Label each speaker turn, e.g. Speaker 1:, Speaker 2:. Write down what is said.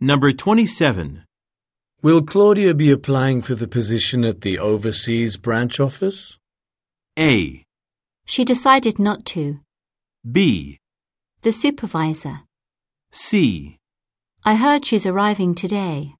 Speaker 1: Number 27.
Speaker 2: Will Claudia be applying for the position at the overseas branch office?
Speaker 1: A.
Speaker 3: She decided not to.
Speaker 1: B.
Speaker 3: The supervisor.
Speaker 1: C.
Speaker 3: I heard she's arriving today.